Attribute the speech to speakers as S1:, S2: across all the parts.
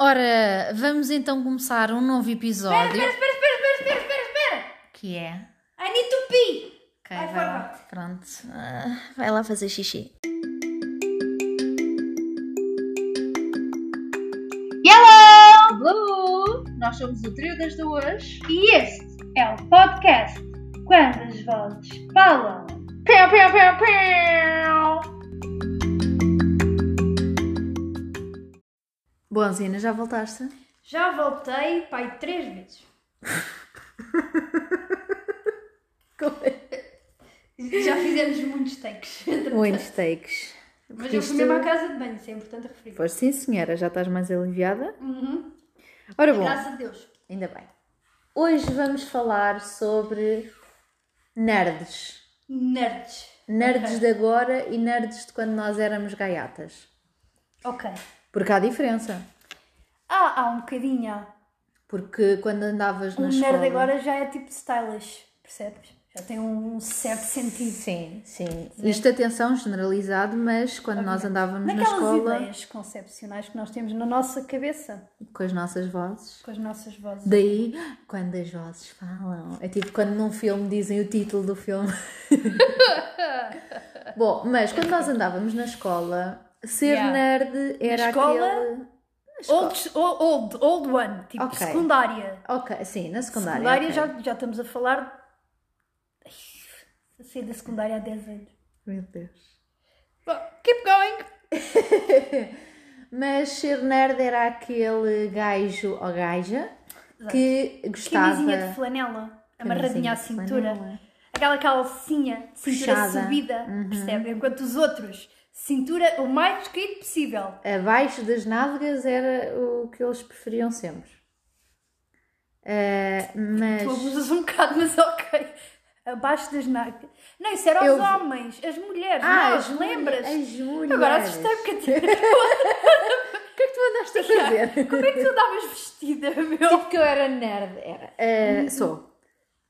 S1: Ora, vamos então começar um novo
S2: Espera,
S1: episódio.
S2: espera, espera, espera, espera, espera, espera, espera.
S1: Que é.
S2: I need to pee.
S1: Ok,
S2: Ai,
S1: vai lá.
S2: forgot.
S1: Pronto. Ah, vai lá fazer xixi.
S2: Hello!
S3: Hello! Nós somos o trio das duas.
S2: E este é o podcast Quando as Vozes Falam. Piu, piu, piu, piu.
S1: Bom, Zina, já voltaste?
S2: Já voltei, pai, três vezes. Já fizemos muitos takes.
S1: Muitos takes.
S2: Mas eu fui mesmo à casa de banho, isso é importante referir.
S1: Pois sim, senhora, já estás mais aliviada?
S2: Uhum.
S1: Ora bom,
S2: Graças a Deus.
S1: ainda bem. Hoje vamos falar sobre nerds.
S2: Nerds.
S1: Nerds de agora e nerds de quando nós éramos gaiatas.
S2: Ok.
S1: Porque há diferença.
S2: Ah, há um bocadinho. há.
S1: Porque quando andavas na
S2: Um
S1: escola...
S2: nerd agora já é tipo stylish, percebes? Já tem um certo sentido.
S1: Sim, sim. Isto, atenção, generalizado, mas quando nós andávamos
S2: Naquelas
S1: na escola,
S2: ideias concepcionais que nós temos na nossa cabeça,
S1: com as nossas vozes,
S2: com as nossas vozes.
S1: daí, quando as vozes falam, é tipo quando num filme dizem o título do filme. Bom, mas quando nós andávamos na escola, ser
S2: Yeah.
S1: nerd era
S2: escola?
S1: aquele...
S2: Old, old, old one, tipo
S1: Ok.
S2: secundária.
S1: Ok, sim, na secundária.
S2: Secundária
S1: ok.
S2: já, já estamos a falar. Ai, Saí da secundária há 10 anos.
S1: Meu Deus.
S2: Keep going!
S1: Mas ser nerd era aquele gajo ou gaja que gostava...
S2: Camisinha de flanela, amarradinha à
S1: Camisinha de
S2: cintura.
S1: flanela.
S2: Aquela calcinha de cintura
S1: Puxada. Uhum.
S2: subida, percebe? Enquanto os outros, cintura o mais descrito possível.
S1: abaixo das nádegas era o que eles preferiam sempre. Ah,
S2: Tu
S1: mas
S2: abusas um bocado, mas ok. Abaixo das nádegas. Não, isso era aos
S1: Eu-
S2: homens, as mulheres,
S1: Ah,
S2: nós,
S1: as mulhe-
S2: lembras?
S1: as mulheres.
S2: Agora assustei-me que
S1: o que é que tu andaste a fazer?
S2: Como é que tu andavas vestida, meu?
S1: Porque eu era nerd, era. Ah, sou,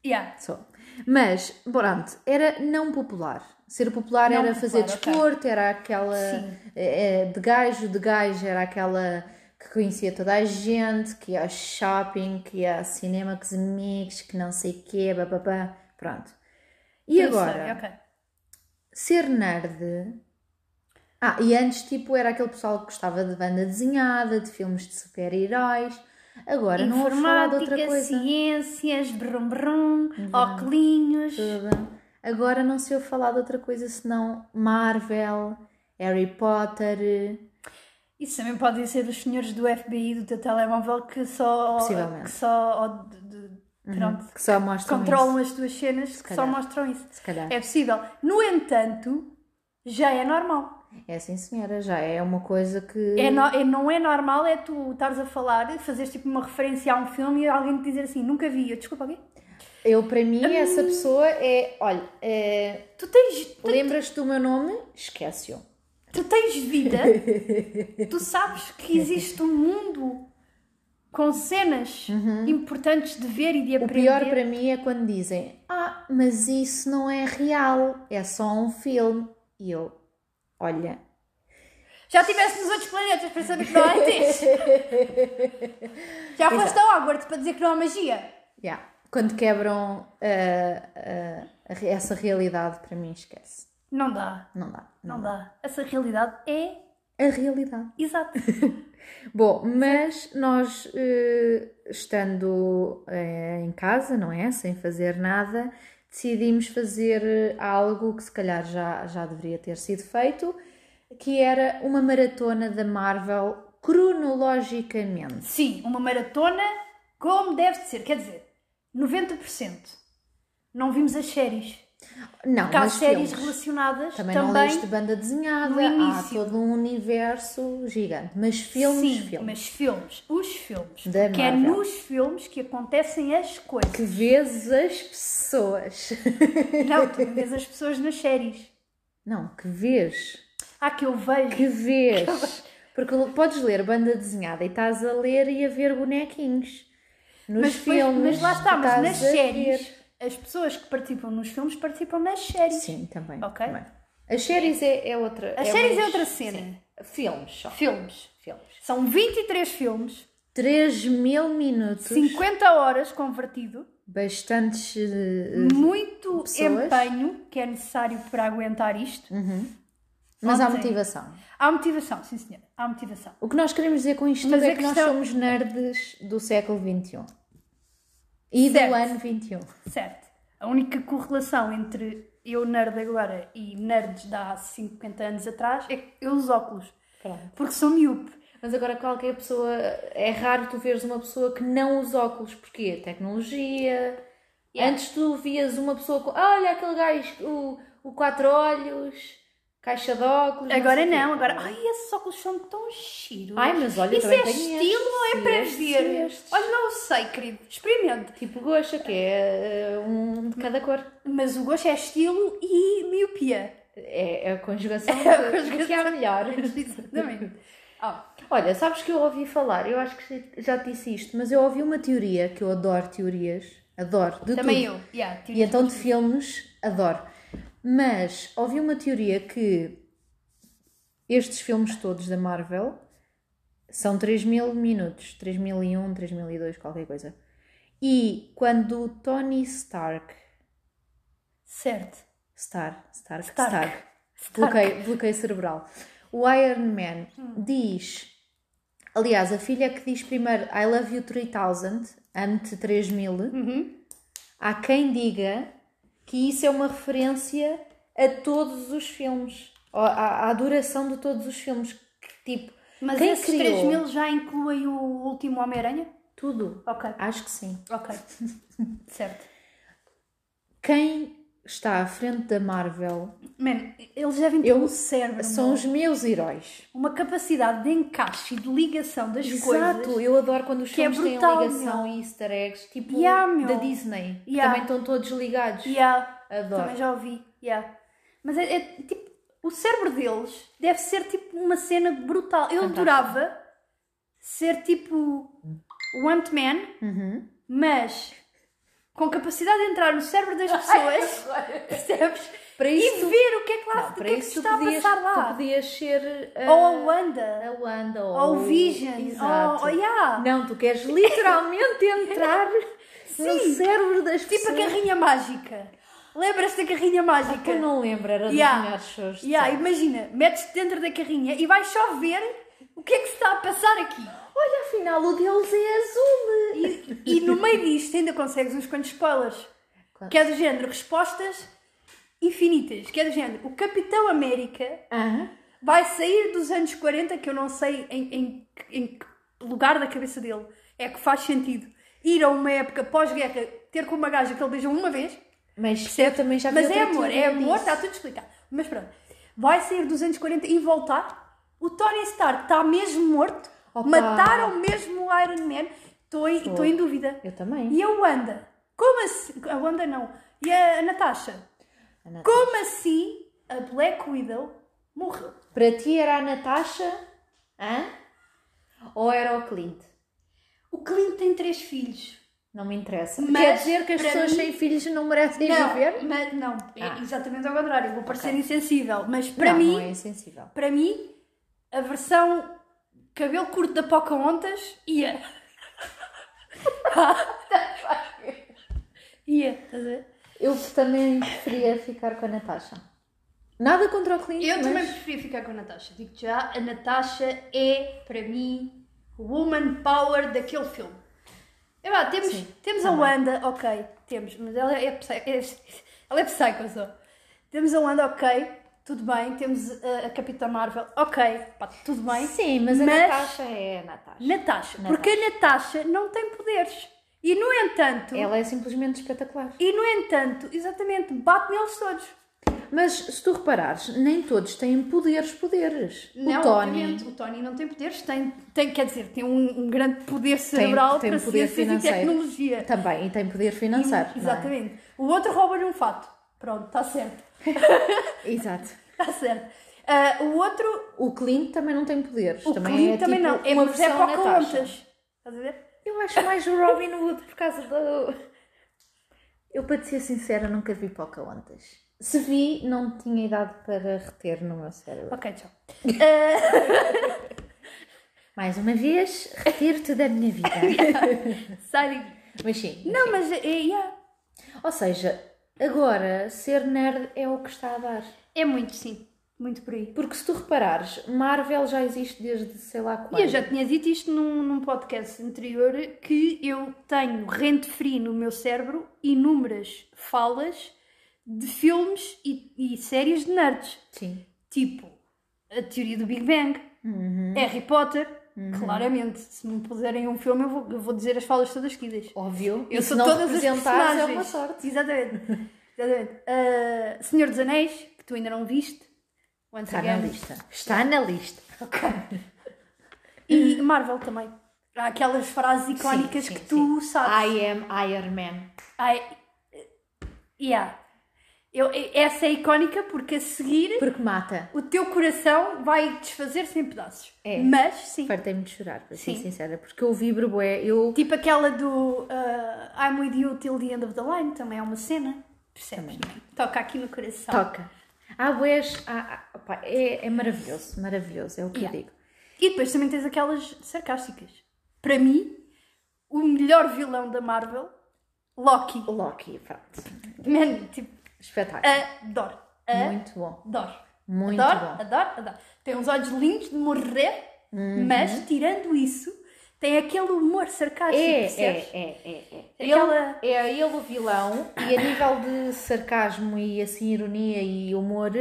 S2: Yeah.
S1: sou. Mas, pronto, era não popular. Ser popular
S2: Não
S1: era
S2: popular,
S1: fazer
S2: ok.
S1: desporto, era aquela
S2: Sim.
S1: eh, eh, de gajo, de gajo, era aquela que conhecia toda a gente, que ia ao shopping, que ia ao cinema com os amigos, que não sei o quê, bababá. Pronto. E
S2: Eu
S1: agora?
S2: sei, é, ok.
S1: Ser nerd. Ah, e antes, tipo, era aquele pessoal que gostava de banda desenhada, de filmes de super-heróis. Agora não ouves falar de outra
S2: Informática,
S1: coisa.
S2: ciências, brum brum, óculinhos.
S1: Tudo. Agora não se ouve falar de outra coisa senão Marvel, Harry Potter.
S2: Isso também podem ser os senhores do FBI do teu telemóvel que só.
S1: Possivelmente. Uhum.
S2: Que só. ou de- de- pronto.
S1: Que só mostram
S2: Controlam as tuas cenas que só
S1: calhar.
S2: mostram isso.
S1: isso. Se calhar.
S2: É possível. No entanto, já é normal.
S1: É sim, senhora, já é uma coisa que.
S2: É no- é- não é normal é tu estares a falar, fazeres tipo uma referência a um filme e alguém te dizer assim, nunca vi, eu desculpa alguém.
S1: Eu, para mim,
S2: Hum.
S1: essa pessoa é. Olha, é,
S2: Tu tens,
S1: lembras-te do meu nome? Esquece-o.
S2: tu tens vida, tu sabes que existe um mundo com cenas importantes de ver e de
S1: Uhum. O
S2: aprender.
S1: pior para mim é quando dizem: Ah, mas isso não é real, é só um filme. E eu, olha,
S2: Já estiveste nos outros planetas para saber que não há ETs. Já foste ao Hogwarts para dizer que não há magia.
S1: yeah. quando quebram ah, ah, re- essa realidade, para mim, esquece.
S2: Não dá,
S1: Não dá.
S2: não dá. Essa realidade é
S1: A realidade.
S2: exata.
S1: Bom, mas nós, eh, estando eh, em casa, não é? Sem fazer nada, decidimos fazer eh, algo que se calhar já, já deveria ter sido feito, que era uma maratona da Marvel cronologicamente.
S2: Sim, uma maratona como deve de ser, quer dizer, 90%. Não vimos as séries.
S1: Não,
S2: Porque há
S1: Ah, mas
S2: séries
S1: filmes.
S2: relacionadas
S1: Também,
S2: também,
S1: não leste banda desenhada,
S2: no
S1: há
S2: início.
S1: todo um universo gigante. Mas filmes,
S2: Sim,
S1: filmes.
S2: mas filmes, os filmes.
S1: Da
S2: porque é
S1: Marvel.
S2: nos filmes que acontecem as coisas.
S1: Que vês as pessoas.
S2: Não, tu não vês as pessoas nas séries.
S1: Não, que vês.
S2: Ah, que eu vejo.
S1: Que vês. Porque podes ler banda desenhada e estás a ler e a ver bonequinhos. Nos
S2: mas, depois-
S1: filmes.
S2: mas lá está, mas
S1: estás
S2: nas
S1: a
S2: séries,
S1: ver.
S2: as pessoas que participam nos filmes participam nas séries.
S1: Sim, também.
S2: Ok.
S1: também. As séries é, é outra.
S2: As séries é
S1: mais-
S2: outra cena.
S1: sim. Filmes só.
S2: Filmes.
S1: Filmes.
S2: São 23 filmes,
S1: 3 mil minutos.
S2: 50 horas convertido,
S1: Bastantes. eh,
S2: muito
S1: pessoas. Uhum.
S2: empenho que é necessário para aguentar isto.
S1: Mas há
S2: Ontem.
S1: motivação.
S2: Há motivação, sim senhora, há motivação.
S1: O que nós queremos dizer com isto
S2: Mas
S1: tudo é
S2: a
S1: que
S2: questão-
S1: nós somos nerds do século XXI. E um.
S2: Certo.
S1: do ano XXI.
S2: Certo. A única correlação entre eu, nerd agora, e nerds de há 50 anos atrás é que eu uso óculos.
S1: Pronto.
S2: Porque sou miúpe.
S1: Mas agora qualquer pessoa. É raro tu veres uma pessoa que não usa óculos. Porquê? Tecnologia.
S2: Yeah.
S1: Antes tu vias uma pessoa com. "Ah, olha aquele gajo, o, o quatro olhos, caixa de óculos.
S2: Agora
S1: sei o quê."
S2: não, agora. Ai, esses óculos são tão giros.
S1: Ai, mas olha,
S2: Isso
S1: também
S2: é
S1: tenho
S2: estilo
S1: estes,
S2: ou é
S1: sim,
S2: prazer?
S1: estes, estes.
S2: Olha, não sei, querido. Experimente.
S1: Tipo gosto, que é eh, um de cada cor.
S2: Mas o gosto é estilo e miopia.
S1: É a conjugação
S2: É a
S1: de- do que há
S2: conjugação.
S1: melhor.
S2: Exatamente. Ah,
S1: Olha, sabes que eu ouvi falar, eu acho que já te disse isto, mas eu ouvi uma teoria, que eu adoro teorias, adoro, de
S2: também
S1: tudo.
S2: eu. Yeah,
S1: E então de filmes, adoro. Mas ouvi uma teoria que estes filmes todos da Marvel são 3 mil minutos, 3001, 3002, qualquer coisa. E quando o Tony Stark,
S2: Certo.
S1: Star, Stark,
S2: Stark. Hum.
S1: Stark, Bloqueio, bloqueio cerebral. O Iron Man diz, aliás, a filha que diz primeiro I love you 3000, amo-te 3000,
S2: Uhum.
S1: há quem diga que isso é uma referência a todos os filmes, ó, à, à duração de todos os filmes. Que, tipo,
S2: Mas
S1: quem
S2: esses
S1: criou
S2: 3 mil já incluem o último Homem-Aranha?
S1: tudo?
S2: Ok.
S1: Acho que sim.
S2: Ok. certo.
S1: Quem está à frente da Marvel
S2: Man, eles devem ter
S1: Eu- um
S2: um cérebro,
S1: são
S2: meu.
S1: os meus heróis.
S2: uma capacidade de encaixe e de ligação das
S1: Exato,
S2: coisas.
S1: eu adoro quando os
S2: Que é
S1: filmes
S2: brutal,
S1: têm ligação
S2: meu.
S1: e easter eggs, tipo
S2: Yeah, meu.
S1: da Disney, que
S2: Yeah.
S1: também estão todos ligados.
S2: Yeah,
S1: Adoro.
S2: também já ouvi. Yeah. Mas é, é tipo, o cérebro deles deve ser tipo uma cena brutal. Eu
S1: Fantástico.
S2: adorava ser tipo o Ant-Man,
S1: Uhum.
S2: mas com capacidade de entrar no cérebro das pessoas, percebes?
S1: Para
S2: E
S1: isso, tu-
S2: ver o que é que, lá,
S1: não,
S2: o que,
S1: para
S2: é que se
S1: isso
S2: está
S1: tu, podias,
S2: a passar lá.
S1: tu podias ser uh,
S2: Ou a Wanda.
S1: a Wanda ou,
S2: Ou o Vision,
S1: Exato.
S2: ou, ou yeah.
S1: Não, tu queres literalmente entrar no cérebro das
S2: tipo a
S1: pessoas.
S2: carrinha mágica. Lembras da carrinha mágica?
S1: Eu não lembro, era
S2: Yeah.
S1: dos melhores shows. de
S2: Yeah,
S1: sempre.
S2: imagina, metes-te dentro da carrinha e vais só ver o que é que se está a passar aqui.
S1: Olha, afinal o Deus é azul.
S2: E, e no meio disto ainda consegues uns quantos spoilers.
S1: Claro.
S2: Que é do género respostas infinitas. Que é do género o Capitão América
S1: Aham.
S2: vai sair dos anos 40, que eu não sei em, em- em que lugar da cabeça dele é que faz sentido ir a uma época pós-guerra ter com uma gaja que ele beijou uma vez.
S1: Mas eu também já vi
S2: Mas
S1: outra
S2: é amor, é
S1: teoria
S2: amor,
S1: disso.
S2: está tudo explicado. Mas pronto, vai sair dos anos 40 e voltar. O Tony Stark está mesmo morto.
S1: Opa.
S2: Mataram mesmo o Iron Man. Estou em, estou em dúvida.
S1: Eu também.
S2: E a Wanda? Como assim? A Wanda não. E a Natasha?
S1: Ana,
S2: Como assim a Black Widow morreu?
S1: Para ti era a Natasha? Hã? Ou era o Clint?
S2: O Clint tem três filhos.
S1: Não me interessa.
S2: Mas,
S1: Quer dizer que as
S2: para
S1: pessoas
S2: mim-
S1: sem filhos não merecem
S2: não,
S1: viver?
S2: mas- não, é
S1: Ah.
S2: exatamente ao contrário. Vou parecer insensível. Mas para
S1: não,
S2: mim,
S1: Não é insensível.
S2: Para mim, a versão cabelo curto da Pocahontas ia. ia, estás a ver?
S1: Eu também preferia ficar com a Natasha. Nada contra o Clint,
S2: Eu
S1: mas...
S2: também preferia ficar com a Natasha. Digo já, a Natasha é, para mim, o woman power daquele filme. É pá, temos,
S1: Sim,
S2: temos a Wanda, ok, temos, mas ela é, psy- é, ela é psycho só. Temos a Wanda, ok, tudo bem. Temos a, a Capitã Marvel, ok, pá, tudo bem.
S1: Sim, mas a
S2: Mas-
S1: Natasha é a Natasha. Natasha.
S2: Natasha, porque a Natasha não tem poderes. E no entanto,
S1: Ela é simplesmente espetacular.
S2: e no entanto, exatamente, bate neles todos.
S1: Mas se tu reparares, nem todos têm poderes, poderes.
S2: não,
S1: o Tony
S2: obviamente, o Tony não tem poderes, tem, tem quer dizer, tem um, um grande poder
S1: tem,
S2: cerebral
S1: tem
S2: para
S1: poder
S2: ciências
S1: financeiro.
S2: e tecnologia.
S1: Também, e tem poder financeiro. não é?
S2: Exatamente. O outro rouba-lhe um fato. Pronto, está certo.
S1: Exato.
S2: Está certo. Ah, o outro,
S1: O Clint também não tem poderes.
S2: o
S1: também
S2: Clint
S1: é
S2: também
S1: tipo
S2: não. É,
S1: uma
S2: mas é
S1: versão Natasha.
S2: Pocahontas. Estás a ver?
S1: Eu acho mais o Robin Hood por causa do. Eu, para te ser sincera, nunca vi Pocahontas. Se vi, não tinha idade para reter no meu cérebro.
S2: Ok, tchau.
S1: Mais uma vez, retiro-te da minha vida.
S2: Sai daqui.
S1: Mas sim.
S2: Não, mas é, yeah.
S1: Ou seja, agora ser nerd é o que está a dar.
S2: é muito, sim. Muito por aí.
S1: Porque se tu reparares, Marvel já existe desde sei lá quando.
S2: E eu já tinha dito isto num, num podcast anterior que eu tenho rente free no meu cérebro inúmeras falas de filmes e, e séries de nerds.
S1: Sim.
S2: Tipo, a teoria do Big Bang,
S1: Uhum.
S2: Harry Potter, claramente. Se me puserem um filme, eu vou, eu vou dizer as falas todas seguidas.
S1: Óbvio.
S2: Eu
S1: E se
S2: sou
S1: não
S2: todas as
S1: representares,
S2: personagens.
S1: é uma sorte.
S2: Exatamente. Exatamente. Ah, Senhor dos Anéis, que tu ainda não viste. Once
S1: Está na
S2: again.
S1: lista. Está na lista.
S2: E Marvel também. Há aquelas frases icónicas
S1: Uhum. sim,
S2: que tu sabes.
S1: I am Iron Man.
S2: Ai. Yeah. Eu, essa é icónica porque a seguir
S1: Porque mata.
S2: o teu coração vai desfazer-se em pedaços.
S1: É.
S2: Mas, sim.
S1: Fartei-me de chorar, para ser
S2: Sim.
S1: sincera. Porque eu vibro bué. Eu...
S2: Tipo aquela do ah, I'm with you till the end of the line, também é uma cena. Percebes? Toca aqui no coração.
S1: é. Toca. Há boés... Há, há- opá, é, é maravilhoso. Maravilhoso. É o que
S2: Yeah.
S1: eu digo.
S2: E depois também tens aquelas sarcásticas. Para mim, o melhor vilão da Marvel, Loki.
S1: Loki, pronto.
S2: Man, tipo,
S1: Espetáculo.
S2: adoro. Adoro.
S1: Muito bom. Muito
S2: Ah, adoro,
S1: bom. Uhum.
S2: adoro, adoro. Tem uns olhos lindos de morrer, mas tirando isso, tem aquele humor sarcástico,
S1: É, é,
S2: percebes?
S1: é, é, é.
S2: Aquela-
S1: Ele, é ele o vilão e a nível de sarcasmo e assim ironia e humor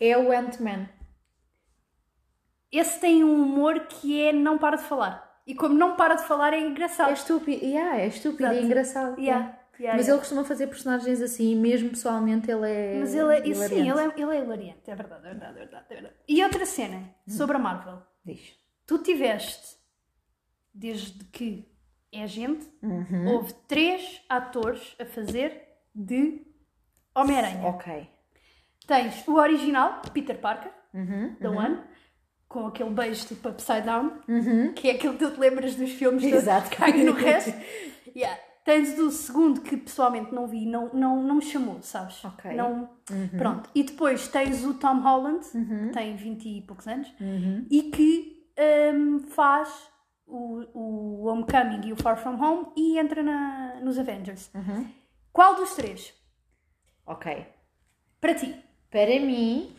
S1: é o Ant-Man.
S2: Esse tem um humor que é não para de falar. E como não para de falar, é engraçado.
S1: É estúpido, yeah, é estúpido e
S2: Exato.
S1: engraçado.
S2: Yeah, yeah,
S1: Mas
S2: yeah.
S1: ele costuma fazer personagens assim e mesmo pessoalmente ele é
S2: Mas ele é,
S1: hilariante.
S2: sim, ele é, ele é hilariante, é verdade, é verdade, é verdade, é verdade. E outra cena sobre a Marvel.
S1: Diz.
S2: Tu tiveste, desde que é gente,
S1: Uhum.
S2: houve três atores a fazer de Homem-Aranha.
S1: Ok.
S2: Tens o original, Peter Parker,
S1: Uhum.
S2: da One, com aquele beijo tipo upside down,
S1: Uhum.
S2: que é aquele que tu te lembras dos filmes todos,
S1: Exato.
S2: que cai no resto. Yeah. Tens do segundo que pessoalmente não vi, não, não, não me chamou, sabes?
S1: Ok. Uhum.
S2: Não, Pronto. E depois tens o Tom Holland, que tem 20 e poucos anos,
S1: Uhum.
S2: e que hum, faz o, o Homecoming e o Far From Home e entra na, nos Avengers.
S1: Uhum.
S2: Qual dos três?
S1: Ok.
S2: Para ti?
S1: Para mim,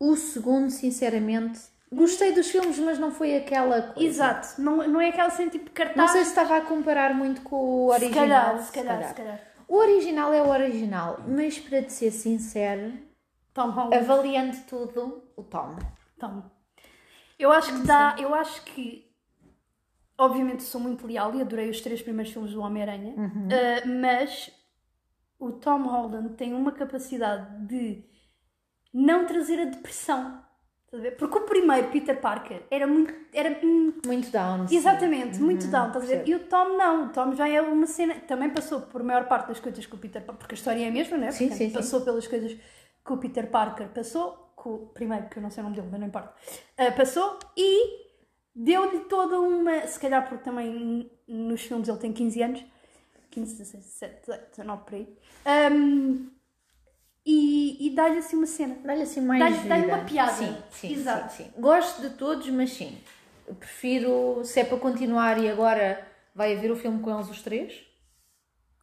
S1: o segundo, sinceramente, gostei dos filmes, mas não foi aquela coisa.
S2: Exato. Não, não é aquele cena tipo cartaz.
S1: Não sei se estava a comparar muito com o
S2: se
S1: original.
S2: calhar, se calhar, se calhar.
S1: O original é o original, mas para te ser sincero,
S2: Tom
S1: É.
S2: Holland.
S1: avaliando tudo, o Tom.
S2: Tom. Eu acho que dá, eu acho que obviamente sou muito leal e adorei os três primeiros filmes do Homem-Aranha,
S1: Uhum.
S2: eh, mas o Tom Holland tem uma capacidade de não trazer a depressão. estás a ver? Porque o primeiro Peter Parker era muito era hum,
S1: Muito down. sim.
S2: Exatamente, muito down, estás a ver?
S1: Uhum. percebo.
S2: E o Tom não, o Tom já é uma cena. Também passou por maior parte das coisas que o Peter Parker. Porque a história é a mesma, não é?
S1: Sim,
S2: Portanto,
S1: sim, sim.
S2: Passou pelas coisas que o Peter Parker passou, que o primeiro, que eu não sei o nome dele, mas não importa, ah, passou e deu-lhe toda uma. Se calhar porque também n- nos filmes ele tem 15 anos, 15, 16, 17, 18, 19 por aí. Ahm, e e dá-lhe assim uma cena.
S1: Dá-lhe assim mais
S2: Dá-lhe-
S1: vida.
S2: dá-lhe uma piada.
S1: Sim, sim,
S2: Exato.
S1: sim, sim. Gosto de todos, mas sim. Eu Prefiro, se é para continuar e agora vai haver o filme com eles os três.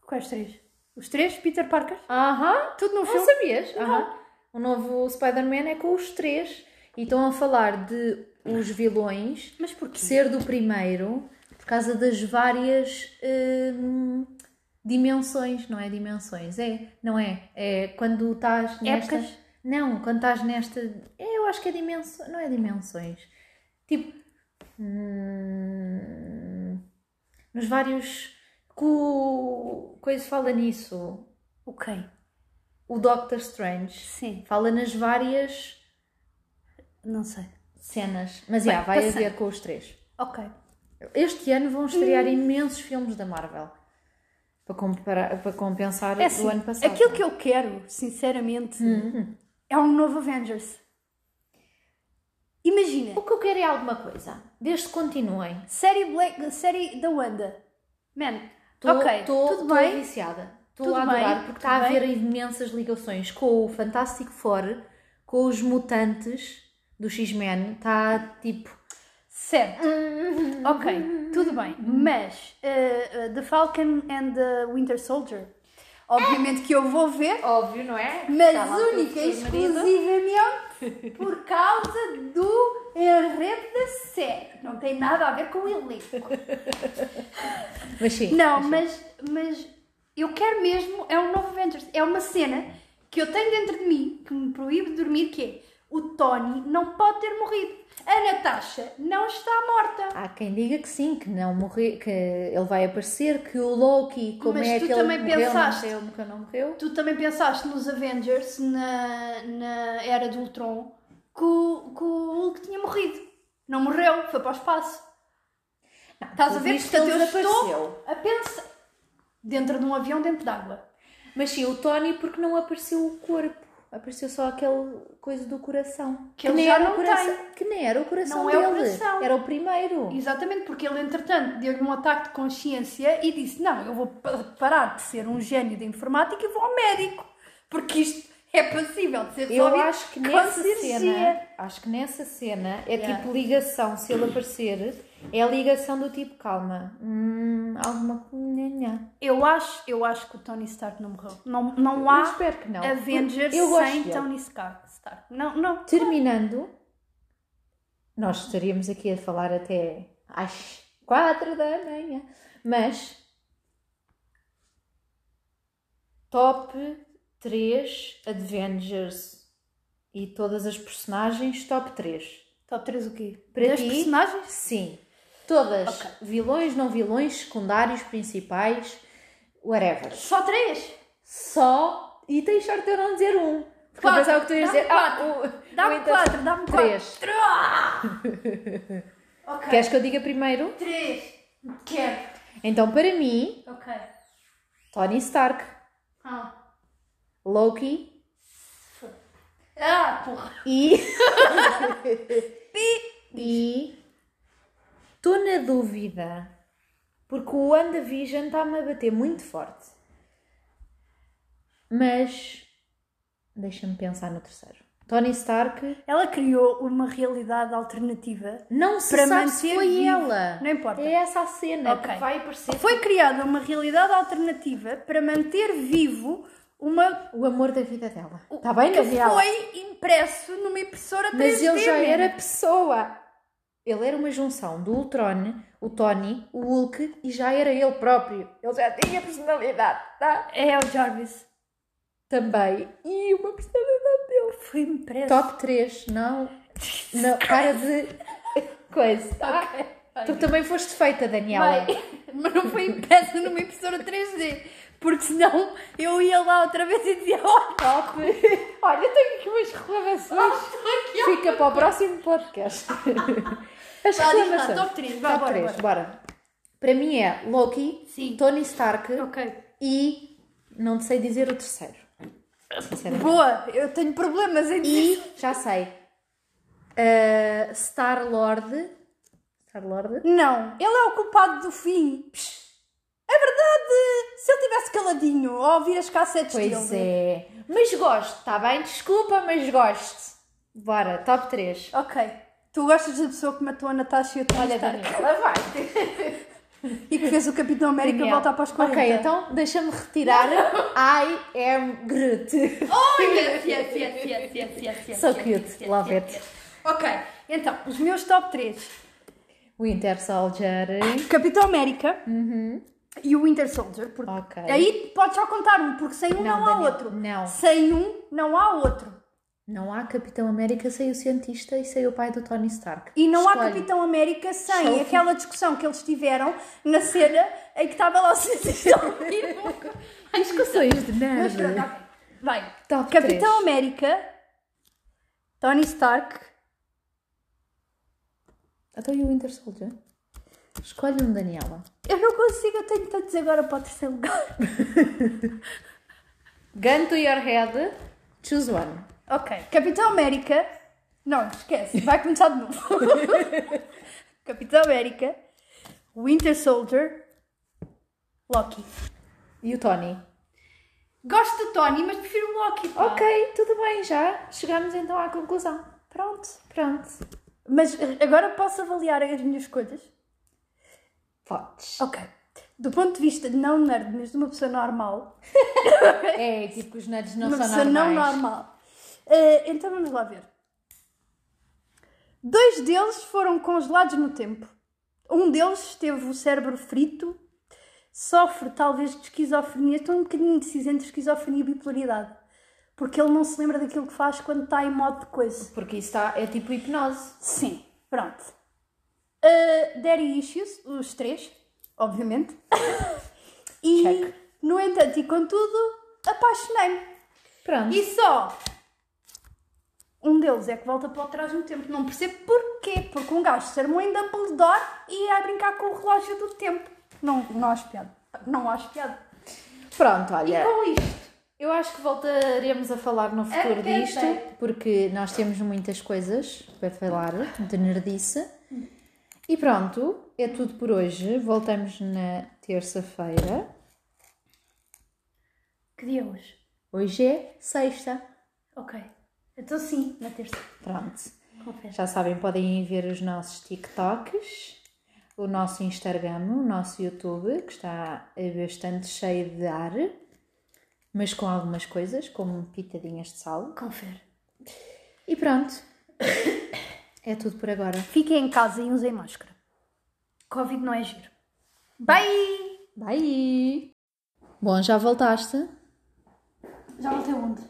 S2: Quais três? Os três? Peter Parker?
S1: Aham.
S2: Tudo no
S1: Não
S2: filme?
S1: sabias? Aham. O novo Spider-Man é com os três. E estão a falar de os vilões
S2: Mas porquê?
S1: ser do primeiro por causa das várias hum, dimensões, não é dimensões, é, não é? É quando estás nesta.
S2: Épocas?
S1: Não, quando estás nesta. é, Eu acho que é dimensões, não é dimensões. Tipo. hum, nos vários. Que o Coisa fala nisso.
S2: Ok,
S1: O Doctor Strange
S2: sim,
S1: fala nas várias
S2: não sei.
S1: cenas. Mas
S2: Bem,
S1: já, vai
S2: passando.
S1: haver com os três.
S2: Ok.
S1: Este ano vão estrear imensos filmes da Marvel para, comparar, para compensar
S2: É assim,
S1: o ano passado. Uhum.
S2: Aquilo que eu quero, sinceramente, é um novo Avengers. Imagina,
S1: O que eu quero é alguma coisa. Desde que continuem.
S2: série, Black, série da Wanda. Man,
S1: Tô-
S2: ok,
S1: tô-
S2: tudo
S1: tô
S2: bem.
S1: viciada. Estou
S2: Tudo
S1: a
S2: bem,
S1: adorar, porque está a
S2: tudo
S1: haver imensas ligações com o Fantástico Four, com os mutantes do X-Men. Está tipo.
S2: Certo.
S1: Uhum.
S2: ok, tudo bem. Mas uh, uh, The Falcon and the Winter Soldier, obviamente que eu vou ver,
S1: Óbvio, não é?
S2: mas única e exclusivamente por causa do enredo da série. Não tem nada a ver com o elenco.
S1: Mas sim.
S2: Não, mas, mas eu quero mesmo, é um novo Avengers. É uma cena que eu tenho dentro de mim, que me proíbe de dormir, que é o Tony não pode ter morrido. A Natasha não está morta.
S1: Há quem diga que sim, que não morre, que ele vai aparecer, que o Loki, como
S2: Mas
S1: é
S2: tu
S1: que ele
S2: também
S1: morreu,
S2: pensaste.
S1: não morreu, não morreu.
S2: Tu também pensaste nos Avengers, na, na Era do Ultron, que o, que o Hulk tinha morrido. Não morreu, foi para o espaço. Estás a
S1: pelo
S2: ver?
S1: visto,
S2: Portanto,
S1: ele
S2: eu estou
S1: desapareceu.
S2: a pensar dentro de um avião, dentro d'água.
S1: Mas sim, o Tony porque não apareceu o corpo. Apareceu só aquele coisa do coração.
S2: Que ele já
S1: era o
S2: não
S1: coração, Que nem era o coração
S2: Não é
S1: dele.
S2: o coração.
S1: Era o primeiro.
S2: Exatamente, porque ele entretanto deu-lhe um ataque de consciência e disse: Não, eu vou pa- parar de ser um gênio da informática e vou ao médico, porque isto é passível de ser
S1: Eu
S2: resolvido
S1: acho que
S2: com
S1: nessa
S2: cirurgia."
S1: cena, acho que nessa cena é
S2: Yeah.
S1: tipo ligação, se ele aparecer, é a ligação do tipo calma. Hum, alguma coisa.
S2: Eu acho, eu acho que o Tony Stark não morreu. Não, não
S1: Eu
S2: há
S1: espero que não.
S2: Avengers
S1: Eu gosto
S2: sem
S1: dele.
S2: Tony Scar- Stark. Não, não.
S1: Terminando, nós estaríamos aqui a falar até às 4 da manhã, mas top 3 Avengers e todas as personagens, top 3.
S2: Top 3 o quê?
S1: Para
S2: Então, Três
S1: ti?
S2: personagens?
S1: Sim, todas,
S2: Ok.
S1: vilões, não vilões, secundários, principais, whatever.
S2: Só 3?
S1: Só, e tens sorte de eu não dizer um, porque eu
S2: Quatro.
S1: pensava que tu ias
S2: Dá-me
S1: dizer, ah, o, o
S2: Dá-me
S1: inter-
S2: 4, dá-me 4.
S1: Três.
S2: Ok.
S1: Queres que eu diga primeiro?
S2: 3. Quero.
S1: Então, para mim,
S2: Ok.
S1: Tony Stark,
S2: Ah.
S1: Loki
S2: Ah, porra.
S1: e. e. Estou na dúvida. Porque o WandaVision está-me a bater muito forte. Mas. Deixa-me pensar no terceiro. Tony Stark.
S2: Ela criou uma realidade alternativa.
S1: Não se
S2: Para
S1: sabe se
S2: manter
S1: foi
S2: vivo.
S1: ela.
S2: Não importa.
S1: É essa a cena
S2: Ok.
S1: que vai aparecer.
S2: Foi criada uma realidade alternativa para manter vivo uma
S1: O amor da vida dela. Está Tá bem,
S2: que
S1: Gabriela?
S2: foi impresso numa impressora 3D.
S1: Mas ele já
S2: mesmo.
S1: era pessoa. Ele era uma junção do Ultron, o Tony, o Hulk e já era ele próprio. Ele já tinha personalidade, tá?
S2: É o Jarvis.
S1: Também. E uma personalidade dele.
S2: Foi impresso.
S1: Top 3, não. não para de. coisa. tá? Tu também foste feita, Daniela.
S2: Bem, mas não foi impresso numa impressora 3D. Porque senão eu ia lá outra vez e dizia: "Oh, Olha,
S1: Top. Olha, eu tenho aqui umas reclamações. Fica para o próximo podcast. As
S2: Vá, diz lá,
S1: reclamações.
S2: top três, vá,
S1: Top
S2: bora,
S1: três, bora. Para mim é Loki,
S2: Sim.
S1: Tony Stark
S2: ok.
S1: e não te sei dizer o terceiro. Sinceramente.
S2: Boa, eu tenho problemas em dizer.
S1: E já sei. Uh, Star Lord. Star Lord?
S2: Não, ele é o culpado do fim. Psh, É verdade! Se ele tivesse caladinho ou ouvir as cassetes
S1: Pois
S2: dele.
S1: é. Mas gosto, tá bem? Desculpa, mas gosto. Bora, top 3.
S2: Ok. Tu gostas da pessoa que matou a Natasha e o Tony
S1: é. Olha,
S2: Stark
S1: Daniela, vai.
S2: e que fez o Capitão América
S1: Daniel.
S2: voltar para as 40.
S1: Ok, então deixa-me retirar. I am Groot.
S2: Oh, yes, yes, yes, yes, yes, yes, yes,
S1: So
S2: yes,
S1: cute.
S2: yes, yes,
S1: Love
S2: yes,
S1: it.
S2: yes. Ok, então, os meus top 3.
S1: Winter Soldier.
S2: Capitão América e o Winter Soldier. Porque
S1: Uhum. Ok.
S2: Aí podes só contar um, porque sem um não,
S1: Não,
S2: há
S1: Daniel,
S2: outro.
S1: não.
S2: Sem um não há outro.
S1: Não há Capitão América sem o cientista e sem o pai do Tony Stark.
S2: E não há
S1: Escolhe.
S2: Capitão América sem
S1: Sophie.
S2: aquela discussão que eles tiveram na cena em que estava lá o cientista ao vivo.
S1: Discussões de
S2: Mas pronto,
S1: nada.
S2: ok. Vai.
S1: Top três.
S2: Capitão América, Tony Stark,
S1: Então e o Winter Soldier? Escolhe um, Daniela.
S2: eu não consigo, eu tenho tantos agora para o terceiro lugar.
S1: Gun to your head. Choose one.
S2: Ok. Capitão América, não, esquece, vai começar de novo. Capitão América, Winter Soldier, Loki.
S1: E o Tony?
S2: Gosto de Tony, mas prefiro o Loki. pá.
S1: Ok, tudo bem, já chegamos então à conclusão. Pronto, pronto.
S2: Mas agora posso avaliar as minhas escolhas?
S1: Podes.
S2: Ok. Do ponto de vista de não nerd, mas de uma pessoa normal,
S1: É, tipo, os nerds não
S2: uma
S1: são
S2: pessoa
S1: normais.
S2: não normal. Eh, então vamos lá ver. Dois deles foram congelados no tempo. Um deles teve o cérebro frito, sofre talvez de esquizofrenia. Estou um bocadinho indeciso entre esquizofrenia e bipolaridade. Porque ele não se lembra daquilo que faz quando está em modo de coisa.
S1: Porque isso tá, é tipo hipnose.
S2: Sim, pronto. Uh, Daddy Issues, os três, obviamente. e,
S1: Check.
S2: no entanto e contudo, apaixonei-me.
S1: Pronto.
S2: E só um deles é que volta para trás no tempo. Não percebo porquê, porque um gajo se armou em Dumbledore e ia a brincar com o relógio do tempo. Não, não acho piada. Não acho piada.
S1: Pronto,
S2: E
S1: olha.
S2: com isto?
S1: Eu acho que voltaremos a falar no futuro
S2: Até
S1: disto,
S2: bem.
S1: porque nós temos muitas coisas para falar de nerdice. E pronto, é tudo por hoje. Voltamos na terça-feira.
S2: Que dia é hoje?
S1: Hoje é sexta.
S2: Ok. Então sim, na terça.
S1: Pronto.
S2: Confesso.
S1: Já sabem, podem ir ver os nossos TikToks, o nosso Instagram, o nosso YouTube, que está eh, bastante cheio de ar, mas com algumas coisas, como pitadinhas de sal.
S2: Confere.
S1: E pronto. É tudo por agora.
S2: Fiquem em casa e usem máscara. Covid não é giro. Bye!
S1: Bye! Bom, já voltaste?
S2: Já voltei onde?